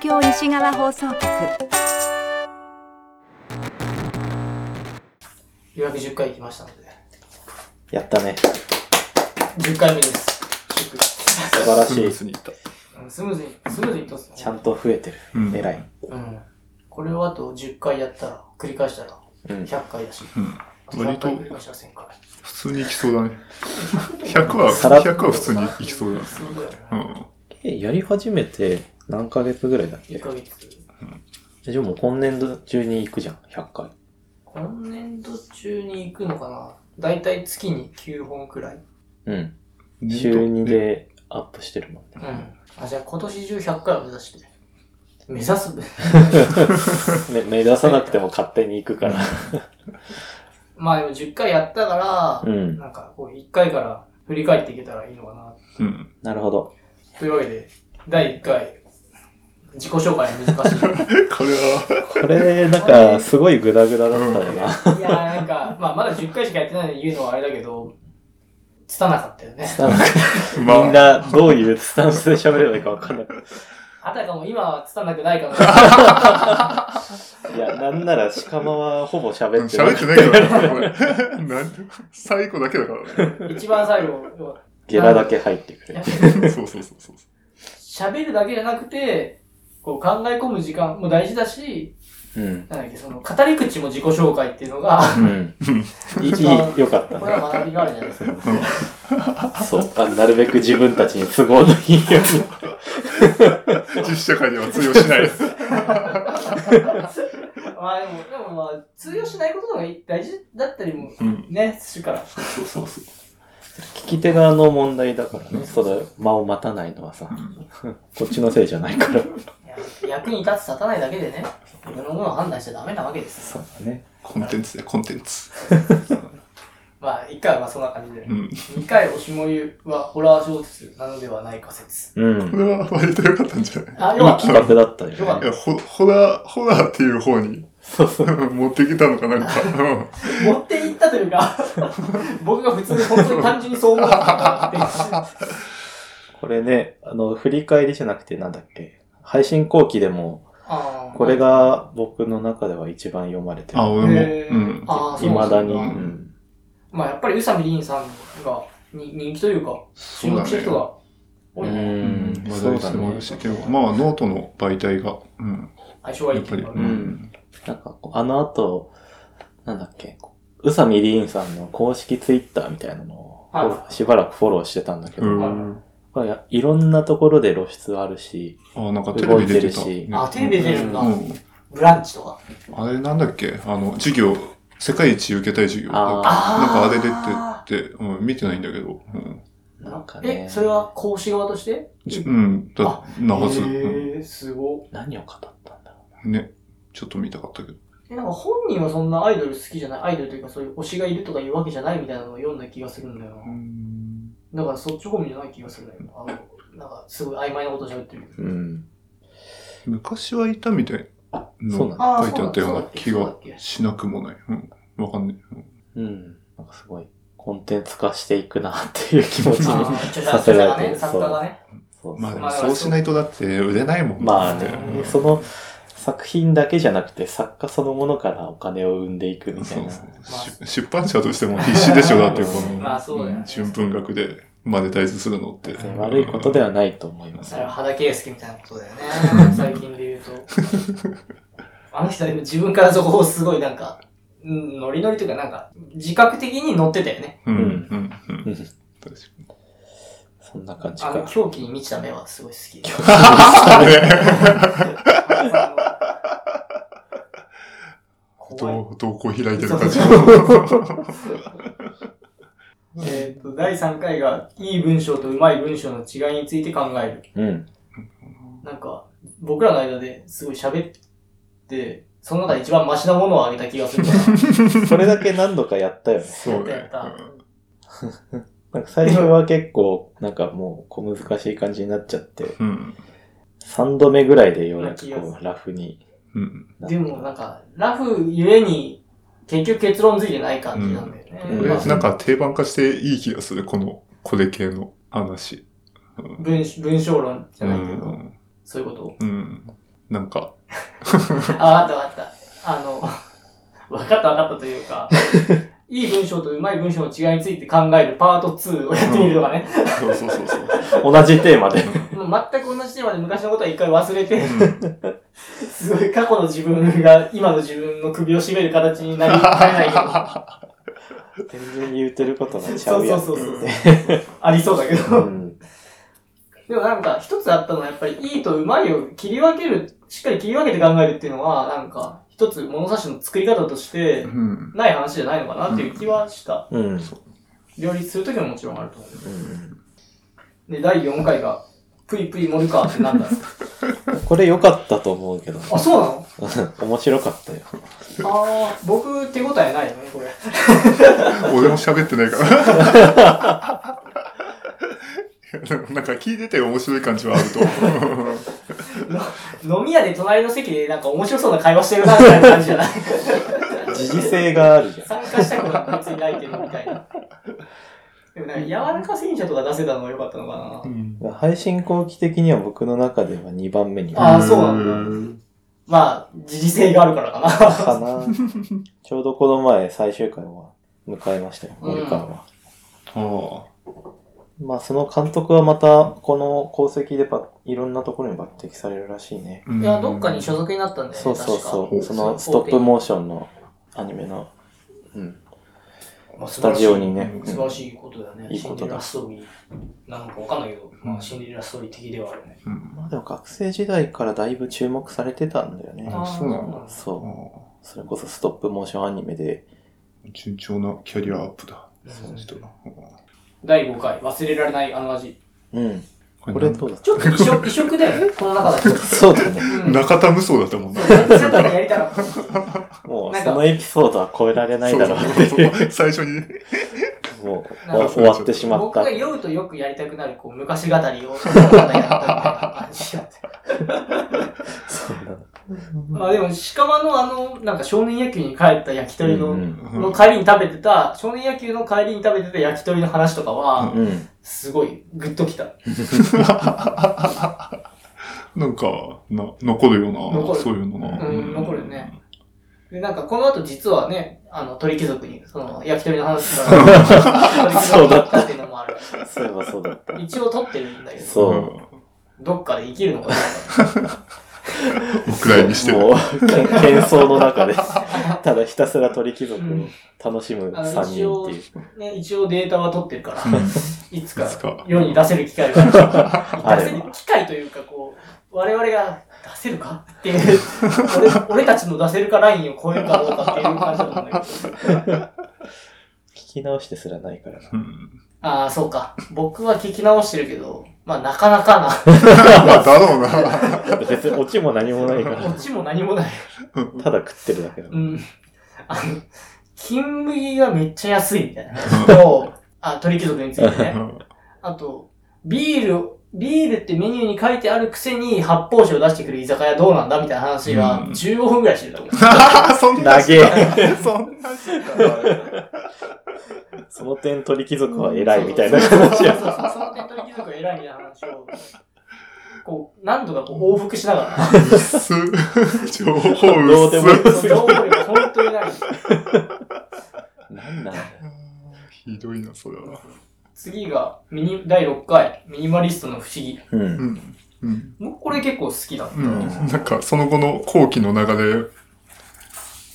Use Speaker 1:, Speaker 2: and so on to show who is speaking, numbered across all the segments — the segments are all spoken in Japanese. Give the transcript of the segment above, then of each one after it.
Speaker 1: 東西側放送局
Speaker 2: 予約10回行きましたので、
Speaker 3: やったね。
Speaker 2: 10回目です。祝
Speaker 3: 素晴ら
Speaker 4: ス
Speaker 3: し
Speaker 4: ム
Speaker 3: い
Speaker 4: ー。ズにいった。
Speaker 2: うんスムーズに、スムーズにいっとっすね。
Speaker 3: ちゃんと増えてる。
Speaker 4: うん
Speaker 3: 偉い。
Speaker 2: うん。これをあと10回やったら、繰り返したら、
Speaker 3: うん。
Speaker 2: 100回だし。
Speaker 4: うん。
Speaker 2: 3
Speaker 4: 割と
Speaker 2: 回繰り返したら1000回。
Speaker 4: 普通にいきそうだね。100は、
Speaker 3: さらっと
Speaker 4: 100は普通にいきそうだね。
Speaker 2: そうだよね。
Speaker 4: うん。
Speaker 3: え、やり始めて何ヶ月ぐらいだっけ
Speaker 2: 1ヶ月。
Speaker 3: えじゃあもう今年度中に行くじゃん、100回。
Speaker 2: 今年度中に行くのかなだいたい月に9本くらい。
Speaker 3: うん。
Speaker 4: ずっと
Speaker 3: 週2。でアップしてるもんね。
Speaker 2: うん。あ、じゃあ今年中100回を目指して。目指す
Speaker 3: め目指さなくても勝手に行くから。
Speaker 2: まあでも10回やったから、
Speaker 3: うん
Speaker 2: なんかこう1回から振り返っていけたらいいのかな
Speaker 4: うん。
Speaker 3: なるほど。
Speaker 2: というわけで、第1回、自己紹介難しい。
Speaker 4: これは、
Speaker 3: これ、なんか、すごいグダグダだったよな。
Speaker 2: いやーなんか、まあまだ10回しかやってないのに言うのはあれだけど、つたなかったよね。
Speaker 3: なんか
Speaker 4: まあ
Speaker 3: みんなどういうスタンスで喋ればいいかわかんない。
Speaker 2: あたかも今はつたなくないかも。
Speaker 3: いや、なんなら鹿間はほぼ喋ってない。
Speaker 4: 喋ってないからね、これ。なんで最後だけだから ね。
Speaker 2: 一番最後、
Speaker 3: ゲラだけ入ってくる。
Speaker 4: そうそうそうそう。
Speaker 2: 喋るだけじゃなくて、こう考え込む時間も大事だし、
Speaker 3: うん。
Speaker 2: なんだっけ、その語り口も自己紹介っていうのが、
Speaker 3: うん。いい、
Speaker 2: 一番
Speaker 3: よかった
Speaker 2: こ
Speaker 3: ね
Speaker 2: れ。は学びがあるじゃないですか。
Speaker 3: そうあ。なるべく自分たちに都合のいいよ
Speaker 4: 実社会では通用しないです。
Speaker 2: まあでも、でもまあ、通用しないことの方が大事だったりも
Speaker 4: うん。
Speaker 2: ね、するから。
Speaker 4: そうそうそう。
Speaker 3: うに。聞き手側の問題だからね。それ、間を待たないのはさ、こっちのせいじゃないから。
Speaker 2: いや役に立つ立たないだけでね、いろんなものを判断しちゃダメなわけですよ。
Speaker 3: うだね。
Speaker 4: コンテンツでコンテンツ。
Speaker 2: まあ、一回はそんな感じで
Speaker 4: う。ん。
Speaker 2: 二回おしもゆはホラー小説なのではないか説。
Speaker 3: うん
Speaker 4: こ。れは割と良かったんじゃない
Speaker 2: あ、
Speaker 3: いい
Speaker 2: 要は、
Speaker 3: 企画だった
Speaker 2: よか
Speaker 3: よ
Speaker 2: っ
Speaker 4: い
Speaker 3: ね。
Speaker 4: や、ほ、ホラー、ホラーっていう方に、持ってきたのかなんか。うん
Speaker 2: 持っていったというか、 僕が普通に本当に単純にそう思ったからっていう
Speaker 3: これね、あの、振り返りじゃなくてなんだっけ。配信後期でも、
Speaker 2: あー
Speaker 3: これ、が僕の中では一番読まれてる。
Speaker 4: あ、俺
Speaker 2: へー
Speaker 4: も。うん。
Speaker 2: あーそう
Speaker 3: 未
Speaker 2: なん
Speaker 3: だに。う
Speaker 2: うん
Speaker 3: ん。
Speaker 2: まあ、やっぱり宇佐美りんさんがに人気というか、注
Speaker 4: そう
Speaker 2: 目
Speaker 4: だ
Speaker 2: してる
Speaker 4: ね
Speaker 2: 人。が多
Speaker 3: う
Speaker 2: いね。
Speaker 3: ん。
Speaker 4: 話
Speaker 3: そう
Speaker 4: 題
Speaker 3: だ
Speaker 4: 性もあ
Speaker 3: ね
Speaker 4: る。し、けど、まあ、ノートの媒体が、うん、
Speaker 2: 相性がい
Speaker 4: や
Speaker 2: い
Speaker 4: っ
Speaker 2: って
Speaker 4: ぱ
Speaker 2: い
Speaker 4: り、
Speaker 2: うかね。
Speaker 4: うん、
Speaker 3: なんかこう、あの後、なんだっけ、宇佐美りんさんの公式ツイッターみたいなのを、
Speaker 2: はい
Speaker 3: こうしばらくフォローしてたんだけど、
Speaker 4: うん。
Speaker 3: これいろんなところで露出あるし、
Speaker 4: あ、なんかテレビ出てた。
Speaker 3: 動いてるし
Speaker 2: あ、テレビ出てるんだ
Speaker 4: う。ん。
Speaker 2: ブランチとか。
Speaker 4: あれなんだっけあの、授業、世界一受けたい授業。なんか
Speaker 2: あ
Speaker 4: あれ
Speaker 2: ー
Speaker 4: 出てて、うん、見てないんだけど、うん。
Speaker 3: なんかね、
Speaker 2: え、それは講師側として
Speaker 4: じうん、だ、なはず。
Speaker 2: へ
Speaker 4: うん
Speaker 2: ー、すごっ。
Speaker 3: 何を語ったんだろ
Speaker 4: ね。ちょっと見たかったけど。
Speaker 2: え、なんか本人はそんなアイドル好きじゃない、アイドルというかそういう推しがいるとかいうわけじゃないみたいなのを読んだ気がするんだよ
Speaker 4: う
Speaker 2: な。
Speaker 4: ん。
Speaker 2: だからそっち方面じゃない気がするんだよな。あの、なんかすごい曖昧なことを喋ってる。
Speaker 3: う。うん。
Speaker 4: 昔はいたみたいな
Speaker 3: そうなん
Speaker 2: だ
Speaker 4: 書いてあったような気
Speaker 2: そうだ
Speaker 4: が
Speaker 2: っけそうだっけ
Speaker 4: しなくもない。うん。わかんない。うん
Speaker 3: うん。なんかすごい、コンテンツ化していくなっていう気持ち に
Speaker 2: あー、著者
Speaker 3: させら
Speaker 2: が
Speaker 3: れて
Speaker 2: ね、
Speaker 3: る。
Speaker 2: 作家がね。
Speaker 3: そう
Speaker 4: まあで
Speaker 2: まあ
Speaker 4: もそうしないとだって売れないもん
Speaker 3: まあ
Speaker 4: う
Speaker 3: ね、
Speaker 4: ん
Speaker 3: その作品だけじゃなくて作家そのものからお金を生んでいくみた
Speaker 4: そ
Speaker 3: いな。
Speaker 4: うそう。し出版社としても必死でしょ、だってこ
Speaker 2: まあそうだよね
Speaker 4: の、純文学でマネタイズするのって。
Speaker 3: 別に悪いことではないと思います
Speaker 2: それは
Speaker 3: よ。
Speaker 2: 肌圭介みたいなことだよね。最近で言うと。あの人は自分からそこをすごいなんか、うんノリノリというかなんか、自覚的に乗ってたよね。
Speaker 4: うん。
Speaker 3: う
Speaker 4: うんん。うん。
Speaker 3: う
Speaker 4: うんん確かに
Speaker 3: そんな感じ
Speaker 2: あ
Speaker 3: か。
Speaker 2: の狂気に満ちた目はすごい好 き。怖い。
Speaker 4: どう、どうこう開いてる感じ。
Speaker 2: えっと、第3回が、いい文章とうまい文章の違いについて考える。
Speaker 3: うん。
Speaker 2: なんか、僕らの間ですごい喋って、その中で一番マシなものをあげた気がするから。
Speaker 3: それだけ何度かやったよね。
Speaker 4: そう
Speaker 2: や
Speaker 4: ね
Speaker 2: った。やっ
Speaker 3: なんか最初は結構、なんかもう小難しい感じになっちゃって、
Speaker 4: うん。
Speaker 3: 3度目ぐらいでようやくこうラフに
Speaker 4: うん。
Speaker 2: た
Speaker 3: なっ
Speaker 2: で
Speaker 3: て。
Speaker 2: もなんか、ラフゆえに、結局結論づいてない感じなんだよね。
Speaker 4: こ
Speaker 3: うん
Speaker 2: ま
Speaker 4: れ
Speaker 2: あ
Speaker 4: なんか定番化していい気がする、この、これ系の話。
Speaker 2: 文文章論じゃ
Speaker 4: う
Speaker 2: ないけど、
Speaker 4: ん。
Speaker 2: そういうこと
Speaker 4: うん。なんか、
Speaker 2: あ、わかったわかった。あの、 わかったわかったというか、いい文章とうまい文章の違いについて考えるパート2をやってみるとかね。
Speaker 4: そうそうそうそう。
Speaker 3: 同じテーマで。
Speaker 2: もう全く同じテーマで昔のことは一回忘れて、 すごい過去の自分が今の自分の首を絞める形になりかねないよう
Speaker 3: 全然言うてることが
Speaker 2: に。
Speaker 3: ちゃ
Speaker 2: そう
Speaker 3: う
Speaker 2: そ
Speaker 3: や。
Speaker 2: うんそうそう。ありそうだけど。
Speaker 3: うん。
Speaker 2: でもなんか、一つあったのは、やっぱり、いいとうまいを切り分ける、しっかり切り分けて考えるっていうのは、なんか、一つ物差しの作り方として
Speaker 4: う、 ん。
Speaker 2: ない話じゃないのかなっていう気はした。
Speaker 3: うん。うん。
Speaker 2: 両立するときももちろんあると思う。で、第4回が、プイプイモルカーってなん だ
Speaker 3: これ良かったと思うけど、
Speaker 2: あ、そうなの
Speaker 3: 面白かったよ。
Speaker 2: あー、僕、手応えないよね、これ。
Speaker 4: 俺も喋ってないから。 いやでもなんか聞いてて面白い感じはあると思 う。
Speaker 2: 飲み屋で隣の席でなんか面白そうな会話してるな、みたいな感じじゃない
Speaker 3: 時事性があるじゃん。
Speaker 2: 参加したくは別にないけど、みたいな。でもなんか、柔らか戦車とか出せたのが良かったのかな。
Speaker 4: うん
Speaker 3: 配信後期的には僕の中では2番目にな
Speaker 2: あー
Speaker 3: る
Speaker 2: そうなんだまあ、時事性があるからかな。
Speaker 3: かな。ちょうどこの前最終回を迎えましたよ、
Speaker 2: うん
Speaker 3: 森川は。
Speaker 4: は
Speaker 3: まあその監督はまたこの功績でばいろんなところに抜擢されるらしいね。
Speaker 4: あうん
Speaker 2: いや、どっかに所属になったんだよね。
Speaker 3: そうそうそ
Speaker 4: 確
Speaker 3: う。
Speaker 4: か
Speaker 3: そのストップモーションのアニメの、うん、
Speaker 2: 確か
Speaker 3: スタジオにね。
Speaker 2: 素晴らしいことだよね。
Speaker 3: いいことだ
Speaker 2: シンデレラストーリー。なのかわかんないけど、まあ、シンデレラストーリー的ではあるね。
Speaker 4: うん
Speaker 3: まあでも学生時代からだいぶ注目されてたんだよね。
Speaker 4: あそうなんだあ
Speaker 3: そ
Speaker 4: あ
Speaker 3: う。それこそストップモーションアニメで、
Speaker 4: 順調なキャリアアップだ。
Speaker 2: うん
Speaker 4: その人の。
Speaker 2: 第5回、忘れられないあの味。
Speaker 3: うん。
Speaker 4: こ
Speaker 3: これどうだった
Speaker 2: ちょっと異色異色だよね、この中だと。
Speaker 3: そうだね。
Speaker 2: うん
Speaker 4: 中田無双だったもんね。
Speaker 2: ちょっとやりたら、
Speaker 3: もう
Speaker 2: なん
Speaker 3: そ
Speaker 2: か
Speaker 3: のエピソードは超えられないだろうって
Speaker 4: そう
Speaker 3: いう。
Speaker 4: そう最初にね。
Speaker 3: もう
Speaker 2: なんか
Speaker 3: 終わってしまっ
Speaker 2: 僕
Speaker 3: た
Speaker 2: が。酔うとよくやりたくなる、こう、昔語りを、この 中でやったみたいな感じだった。
Speaker 3: そうだね
Speaker 2: まあでも、鹿間のあの、なんか少年野球に帰った焼き鳥の、
Speaker 3: うん
Speaker 2: の帰りに食べてた、少年野球の帰りに食べてた焼き鳥の話とかは、
Speaker 3: うん。
Speaker 2: すごいグッときた。
Speaker 4: なんか、な、残るよ
Speaker 2: 残
Speaker 4: な、
Speaker 2: る
Speaker 4: そういうのな。
Speaker 2: うん、残るよね。。で、なんかこの後実はね、あの、鳥貴族に、その、焼き鳥の話が、 鳥 貴族だったっていうのもある。
Speaker 3: そういえばそうだった。
Speaker 2: 一応撮ってるんだけど、
Speaker 3: そう
Speaker 2: どっかで生きるのかな
Speaker 4: うん。お蔵入りしてる。
Speaker 3: もう、喧騒の中で、 ただひたすら鳥貴族を楽しむ3人っていう。
Speaker 2: ね、一応データは撮ってるから、いつ
Speaker 4: いつか
Speaker 2: か世に出せる機会が、
Speaker 3: あ
Speaker 2: 出
Speaker 3: れば
Speaker 2: せる機会というか、こう、我々が出せるかっていう、俺俺たちの出せるかラインを超えるかどうかっていう感じだと思うんだけど。
Speaker 3: 聞き直してすらないからな。
Speaker 4: うん。
Speaker 2: ああ、そうか。僕は聞き直してるけど、まあなかなかな。
Speaker 4: まあ、だろうな。
Speaker 3: 別にオチも何もないから
Speaker 2: こ、っちも何もない。
Speaker 3: ただ食ってるだけだ
Speaker 2: う。ん。あの、金麦がめっちゃ安いみた いな。と、あ、鳥貴族についてね。あと、ビール、ビールってメニューに書いてあるくせに発泡酒を出してくる居酒屋どうなんだみたいな話が
Speaker 4: うん
Speaker 2: 15分くらいしてると 思う。
Speaker 4: そんな
Speaker 3: 投
Speaker 4: 人
Speaker 3: げ。
Speaker 4: そんな人
Speaker 3: その点鳥貴族は偉いみたいな話
Speaker 2: そう
Speaker 3: や。
Speaker 2: そうそう。その点鳥貴族が偉いみたいな話を、こう、何度かこう往復しながら、
Speaker 4: 薄っ情報
Speaker 3: どうでもいい
Speaker 4: 薄っ
Speaker 2: 情報量が本当にない。
Speaker 3: なんなんだよ
Speaker 4: ひどいな、それは。
Speaker 2: 次が、ミニ、第6回、ミニマリストの不思議。
Speaker 3: うん。
Speaker 4: うん。うん。
Speaker 2: 僕これ結構好きだ。
Speaker 4: うん。なんか、その後の後期の流れ、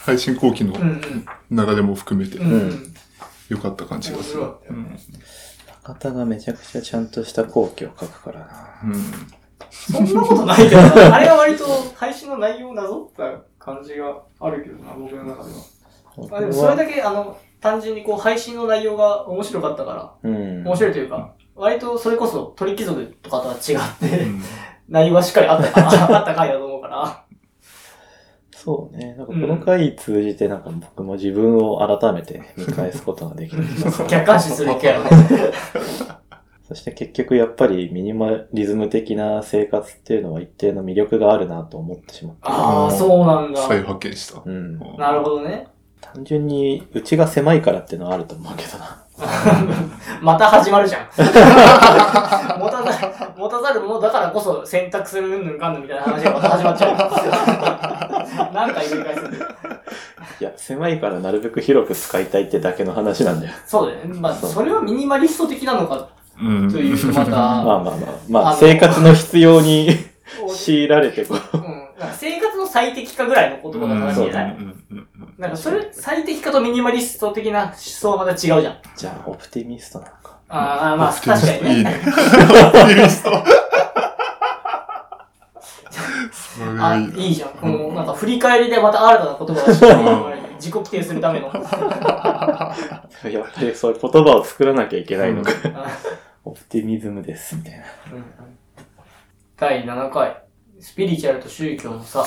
Speaker 4: 配信後期の
Speaker 2: うんうん。
Speaker 4: 流れも含めて
Speaker 2: うん、うん。
Speaker 4: 良かった感じがする。
Speaker 2: 面白かったよね
Speaker 3: 中田がめちゃくちゃちゃんとした後期を書くからな。
Speaker 4: うん。
Speaker 2: そんなことないけど、あれは割と配信の内容をなぞった感じがあるけどな、僕の中では。
Speaker 3: 僕
Speaker 2: あでもそれ
Speaker 3: は、
Speaker 2: だけあの単純にこう配信の内容が面白かったから
Speaker 3: うん。
Speaker 2: 面白いというか、割とそれこそ鳥貴族とかとは違って、
Speaker 4: うん
Speaker 2: 内容はしっかりあったか あった回だと思うから
Speaker 3: そうね。なんかこの回通じて、なんか僕も自分を改めて見返すことがで きる。
Speaker 2: 客観視する気がね
Speaker 3: そして結局やっぱりミニマリズム的な生活っていうのは一定の魅力があるなと思ってしまった。
Speaker 2: ああそうなんだ
Speaker 4: 再発見した。
Speaker 3: うん。
Speaker 2: なるほどね
Speaker 3: 単純にうちが狭いからっていうのはあると思うけどな。
Speaker 2: また始まるじゃん。持たざ持たざるものだからこそ選択するうんぬんかんぬんみたいな話がまた始まっちゃう。何回繰り返すんだよ
Speaker 3: いや、狭いからなるべく広く使いたいってだけの話なんだよ。
Speaker 2: そうだよね。まあ、それはミニマリスト的なのか
Speaker 4: うん
Speaker 2: というとまた、
Speaker 3: まあまあまあ、ま
Speaker 2: あ
Speaker 3: あ、
Speaker 2: の
Speaker 3: 生活の必要に
Speaker 2: お
Speaker 3: 強いられてこう。
Speaker 2: うん、なんか生活の最適化ぐらいの言葉だからしれない。なんかそれ、最適化とミニマリスト的な思想はまた違うじゃん。
Speaker 3: じゃあ、オプティミストなのか。
Speaker 2: ああ、まあ、確かにね。
Speaker 4: いいね。オプティミスト。それ
Speaker 2: あ
Speaker 4: がいい
Speaker 2: いいじゃん。この、なんか振り返りでまた新たな言葉が知って自己規定するため の。
Speaker 3: やっぱりそういう言葉を作らなきゃいけないのか。
Speaker 2: あ
Speaker 3: オプティミズムです、みたいな。
Speaker 2: うんうん第7回、スピリチュアルと宗教のさ、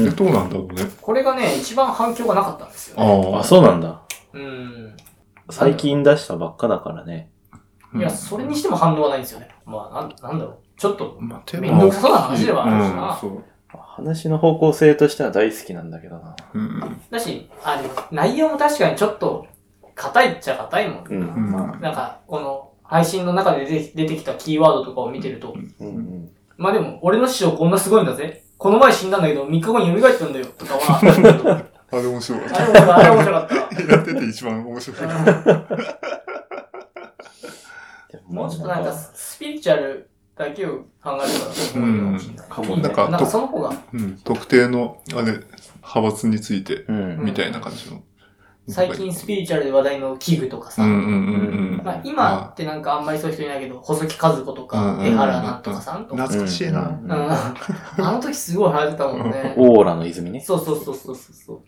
Speaker 4: な。え、どうなんだろうね。
Speaker 2: これがね、一番反響がなかったんですよ、ね。
Speaker 4: あ
Speaker 3: あ、そうなんだ。
Speaker 2: うん。
Speaker 3: 最近出したばっかだからね。
Speaker 4: あ。
Speaker 2: いや、それにしても反応はないんですよね。まあ、なんなんだろう。ちょっと、
Speaker 4: まあ、手
Speaker 2: めんどくさそうな話ではあるしな
Speaker 4: うん、そう。
Speaker 3: 話の方向性としては大好きなんだけどな。
Speaker 4: うん。
Speaker 2: だし、あの、内容も確かにちょっと、硬いっちゃ硬いもん
Speaker 3: う
Speaker 2: ね。
Speaker 3: ん。
Speaker 4: うん
Speaker 3: まあ、
Speaker 2: なんか、この、配信の中で出て出てきたキーワードとかを見てると、
Speaker 3: うんうん。
Speaker 2: まあでも、俺の師匠こんなすごいんだぜ。この前死んだんだけど、3日後に蘇ったんだよ。とか は、
Speaker 4: あれ面白かっ
Speaker 2: あれ面白かったあれ面白かった。
Speaker 4: た。やってて一番面白かった。
Speaker 3: で
Speaker 2: もうちょっとなんか、スピリチュアルだけを考えるから、
Speaker 3: かも
Speaker 2: い
Speaker 3: ね
Speaker 2: いね。
Speaker 4: なんか
Speaker 2: なんかその方が、
Speaker 4: うん。特定の、あれ、派閥について、
Speaker 3: うん。
Speaker 4: みたいな感じの。
Speaker 2: 最近スピリチュアルで話題の器具とかさ、
Speaker 4: うんうんうんうん。
Speaker 2: まあ、今ってなんかあんまりそういう人いないけど、細木和子と
Speaker 4: うんうん
Speaker 2: か、
Speaker 4: うん
Speaker 2: 江原なんとかさんとか、
Speaker 4: 懐かしいな。
Speaker 2: うんあの時すごい流行ってたもん ね。
Speaker 3: オーラの泉ね。
Speaker 2: そうそうそうそうそう。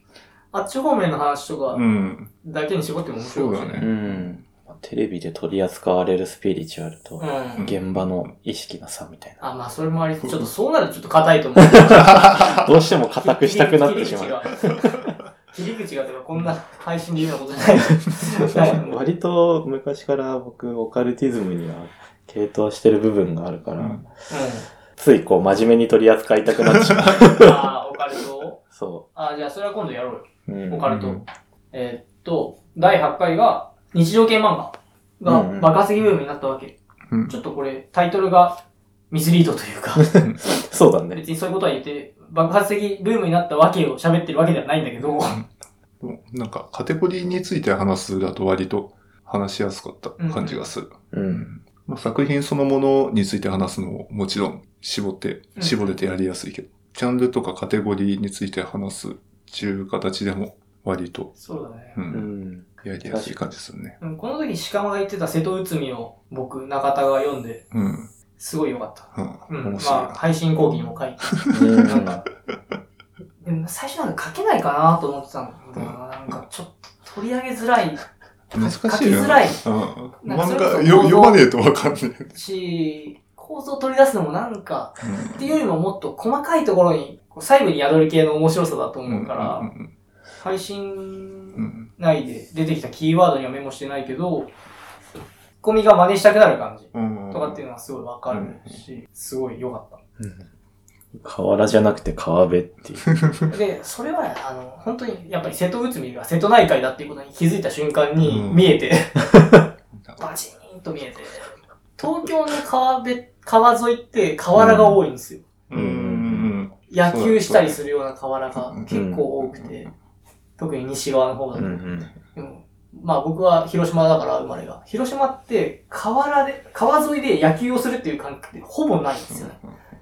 Speaker 2: あっち方面の話とか
Speaker 4: うん。
Speaker 2: だけに絞っても面白いかもしれない。
Speaker 4: そうだ
Speaker 3: う
Speaker 4: ね
Speaker 3: ん。テレビで取り扱われるスピリチュアルと、
Speaker 2: うん。
Speaker 3: 現場の意識の差みたい
Speaker 2: あ、まあ、それもあり、ちょっとそうなるとちょっと硬いと思う。
Speaker 3: な。どうしても固くしたくなってしまう。
Speaker 2: 切り口 が。切り口がとか、こんな配信で言うようなことじゃない。はい
Speaker 3: 割と昔から僕、オカルティズムには傾倒してる部分があるから、
Speaker 4: うん
Speaker 3: ついこう真面目に取り扱いたくなってしま
Speaker 2: う
Speaker 3: う。
Speaker 2: ん。あー、オカルト
Speaker 3: そ
Speaker 2: あー、じゃあそれは今度やろうよ。
Speaker 3: う。うん
Speaker 2: オカルト。
Speaker 4: うん
Speaker 2: えーっと、第8回が、日常系漫画が
Speaker 3: うんうん
Speaker 2: 爆発的ブームになったわけ。
Speaker 4: うん
Speaker 2: ちょっとこれ、タイトルがミスリードというか、
Speaker 3: そうだね。
Speaker 2: 別にそういうことは言って、爆発的ブームになったわけを喋ってるわけではないんだけ ど、
Speaker 4: でもなんか、カテゴリーについて話すだと割と話しやすかった感じがする。
Speaker 3: うん。
Speaker 4: まあ、作品そのものについて話すのももちろん絞って、
Speaker 2: うん
Speaker 4: 絞れてやりやすいけど、ジャンルとかカテゴリーについて話すっていう形でも割と、
Speaker 2: そうだね
Speaker 4: う。
Speaker 3: うんん。
Speaker 4: やりやすい感じするね。
Speaker 2: うんこの時、鹿間が言ってた瀬戸内海を僕、中田が読んで、
Speaker 4: うん。
Speaker 2: すごい良かった。
Speaker 4: うん
Speaker 2: うん。
Speaker 4: 面
Speaker 2: ま
Speaker 4: 白い
Speaker 2: あ、配信講義にも書いて。
Speaker 3: うん
Speaker 2: でも最初なんか書けないかなと思ってたんだけどな、なんかちょっと取り上げづらい
Speaker 4: 難しい
Speaker 2: 書
Speaker 4: よ
Speaker 2: きづらい
Speaker 4: うん。
Speaker 2: なんかそ
Speaker 4: 漫
Speaker 2: れこそ
Speaker 4: 画よ読まねえとわかんねえ。
Speaker 2: し、構造取り出すのもなんか、っていうよりももっと細かいところに、こう細部に宿る系の面白さだと
Speaker 4: うん
Speaker 2: 思うから、
Speaker 4: うんうん
Speaker 2: 配
Speaker 4: う
Speaker 2: 信
Speaker 4: ん
Speaker 2: 内で出てきたキーワードにはメモしてないけど、ツッコミが真似したくなる感じ
Speaker 4: うん。
Speaker 2: とかっていうのはすごいわかるし、すごい良かっ
Speaker 3: 河原じゃなくて川辺って いう。
Speaker 2: た。で、それは、あの、本当に、やっぱり瀬戸内海が瀬戸内海だっていうことに気づいた瞬間に
Speaker 4: うん
Speaker 2: 見え て、
Speaker 4: なんか
Speaker 2: バチーンと見えて、東京の川辺、川沿いって河原が多いんですよ。
Speaker 4: うんうん
Speaker 2: 野球したりするような河原
Speaker 4: う
Speaker 2: が
Speaker 4: ん
Speaker 2: 結構多くて、特に西側の方だ
Speaker 3: う
Speaker 2: と。
Speaker 3: ん
Speaker 2: でもまあ僕は広島だから生まれが。広島って河原で、川沿いで野球をするっていう感覚ってほぼないんですよね。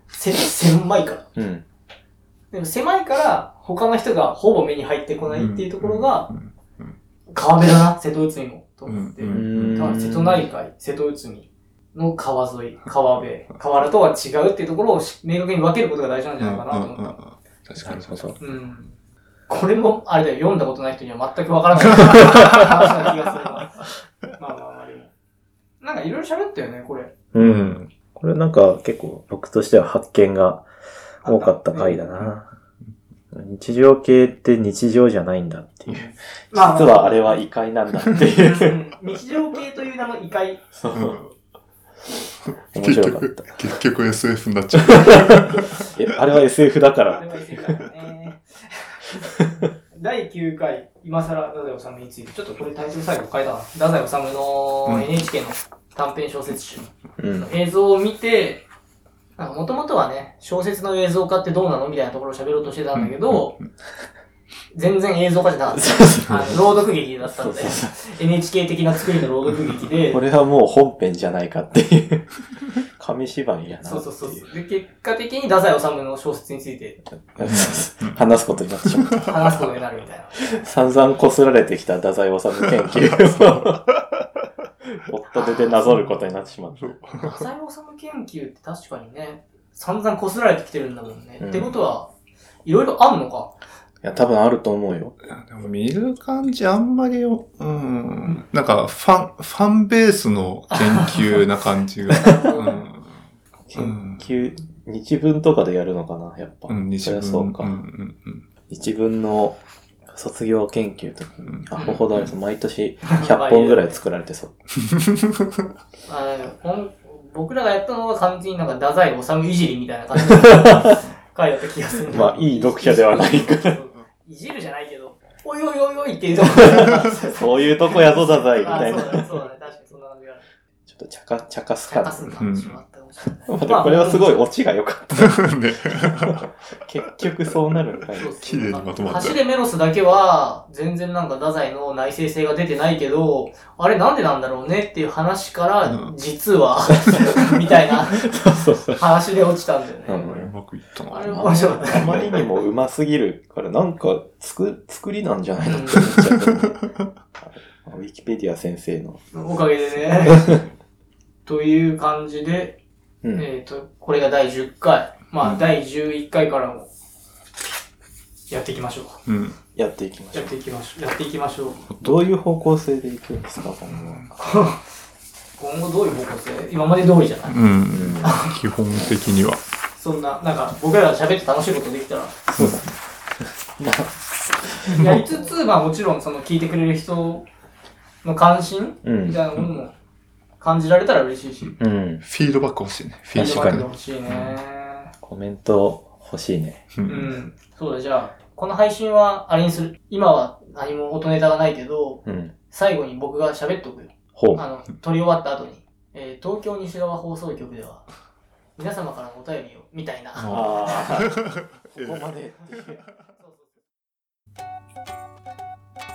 Speaker 2: せ、狭いから。
Speaker 3: うん。うん。
Speaker 2: でも狭いから他の人がほぼ目に入ってこないっていうところが、
Speaker 4: うん
Speaker 2: 川辺だな、瀬戸内海も。と思って。
Speaker 4: う
Speaker 3: うんん。
Speaker 2: だから瀬戸内海、瀬戸内海の川沿い、川辺、河原とは違うっていうところをし明確に分けることが大事なんじゃないかなと思った。
Speaker 4: うんうんうん確か
Speaker 3: な
Speaker 4: に
Speaker 3: る
Speaker 4: そ
Speaker 3: ほ
Speaker 4: うそう。
Speaker 3: ど。
Speaker 2: うんこれも、あれだよ、読んだことない人には全くわからない話な気がするな。まあまあまあ、でも。なんかいろいろ喋ったよね、これ。
Speaker 3: うん。これなんか結構僕としては発見が多かった回だな。日常系って日常じゃないんだっていう。実
Speaker 2: まあまあ
Speaker 3: はあれは異界なんだっていうう。
Speaker 2: ん日常系という名の異界。
Speaker 3: そう
Speaker 4: うん
Speaker 3: 面
Speaker 4: 結
Speaker 3: 白かっ
Speaker 4: 局
Speaker 3: た。、
Speaker 4: 結局 SF になっちゃう。
Speaker 3: え、あれは SF だか
Speaker 2: あ
Speaker 3: ら
Speaker 2: れ。は異世界だね。 第9回、今更太宰治について、ちょっとこれタイトル最後変えたな。太宰治の
Speaker 4: うん
Speaker 2: NHK の短編小説集
Speaker 3: うん
Speaker 2: の。映像を見て、もともとはね、小説の映像化ってどうなのみたいなところを喋ろうとしてたんだけど、全然映像化じゃ なかった。あの朗読劇だった
Speaker 3: そ
Speaker 2: の
Speaker 3: う
Speaker 2: で
Speaker 3: そう、そ
Speaker 2: NHK 的な作りの朗読劇で
Speaker 3: う。 こ、れはもう本編じゃないかって いう。紙芝居やなってい
Speaker 2: そうそうそうそう。で、結果的に太宰治の小説について
Speaker 3: 話すことになってしまった。
Speaker 2: 話すことになるみたいな。
Speaker 3: 散々こすられてきた太宰治研究 を。ポットででなぞることになってしまった。
Speaker 2: 太宰治研究って確かにね、散々こすられてきてるんだもんね。
Speaker 3: うん
Speaker 2: ってことは、いろいろあんのか。
Speaker 3: いや、多分あると思うよ。
Speaker 4: でも見る感じあんまりよ、うん。なんか、ファン、ファンベースの研究な感じが。うん。
Speaker 3: 研究、日文とかでやるのかな、やっぱ。
Speaker 4: うん、
Speaker 3: そ
Speaker 4: 西
Speaker 3: りゃ
Speaker 4: 文。
Speaker 3: そう
Speaker 4: うん
Speaker 3: か。
Speaker 4: うん
Speaker 3: 日文の卒業研究とか
Speaker 4: う、ん
Speaker 3: アホほどあると毎年100本ぐらい作られてそう。
Speaker 2: あのほん僕らがやったのは完全になんか太宰治いじりみたいな感じの回だった気がする。
Speaker 3: まあいい読者ではない
Speaker 2: から。いじるじゃないけど、おいおいおいおいって言うところ
Speaker 3: そういうとこやぞ、太宰みたい
Speaker 2: あ
Speaker 3: な。
Speaker 2: そうだね、そうだね。確かにそんな感じがある。
Speaker 3: ちょっと茶化、茶化す
Speaker 2: 茶
Speaker 3: か
Speaker 2: 化
Speaker 3: ら。
Speaker 2: す感じもあったかもしれない。
Speaker 3: でもこれはすごいオチが良かった。
Speaker 4: うん。ね。
Speaker 3: 結局そうなるんかい。
Speaker 2: そうそう
Speaker 4: 綺麗にまとまった
Speaker 2: 橋でメロスだけは、全然なんか太宰の内省性が出てないけど、あれなんでなんだろうねっていう話から、
Speaker 4: うん
Speaker 2: 実 は、みたいな
Speaker 3: そうそう。
Speaker 2: 話で落ちたんだよね。
Speaker 3: うん
Speaker 4: うまくいったな。
Speaker 2: あ
Speaker 4: う
Speaker 2: れ
Speaker 4: ん
Speaker 2: 面白かった
Speaker 3: あまりにもうますぎるから、なんか、つく、作りなんじゃないのって思っちゃうけどね。ウィキペディア先生の。
Speaker 2: おかげでね。という感じで、
Speaker 3: うん。
Speaker 2: えっ、と、これが第10回。まあ、第11回からも、やっていきましょう。
Speaker 4: うん。
Speaker 3: やっていきまし
Speaker 2: や
Speaker 3: ょ
Speaker 2: っ
Speaker 3: う。
Speaker 2: ていきましょう。やっていきましょう。
Speaker 3: どういう方向性でいくんですか、今後は。
Speaker 2: 今後どういう方向性今まで通りじゃない
Speaker 4: うん。基本的には。
Speaker 2: そんな、なんか、僕らが喋って楽しいことできたら、
Speaker 3: そうだね。まあ、
Speaker 2: やりつつ、まあもちろんその聞いてくれる人の関心
Speaker 3: う
Speaker 2: み
Speaker 3: ん。
Speaker 2: たいなものも感じられたら嬉しいし、
Speaker 3: うん。
Speaker 4: フィードバック欲しいね。フィー
Speaker 2: て
Speaker 4: ド
Speaker 2: も
Speaker 4: バ
Speaker 2: ら
Speaker 4: ッ
Speaker 2: っ
Speaker 4: ク
Speaker 2: て。ほしいね。
Speaker 3: コメント欲しいね。
Speaker 4: う。
Speaker 2: うんん。そうだ、じゃあ、この配信はあれにする。今は何も音ネタがないけど、
Speaker 3: うん。
Speaker 2: 最後に僕が喋っとくよ。
Speaker 3: ほう。
Speaker 2: あの、撮り終わった後に。えー東京西側放送局では、皆様からのお便りを、みたいな。
Speaker 3: ああ、 ここまでっていう。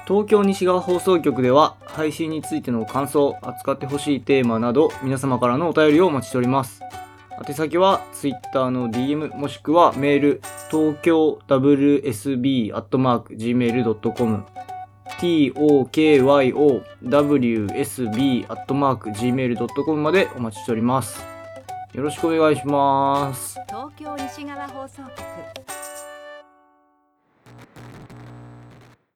Speaker 1: 東京西側放送局では配信についての感想扱ってほしいテーマなど皆様からのお便りをお待ちしております宛先は Twitter の DM もしくはメール東京 WSB.gmail.com tokyowsb.gmail.com までお待ちしておりますよろしくお願いします
Speaker 5: 東京西側放送局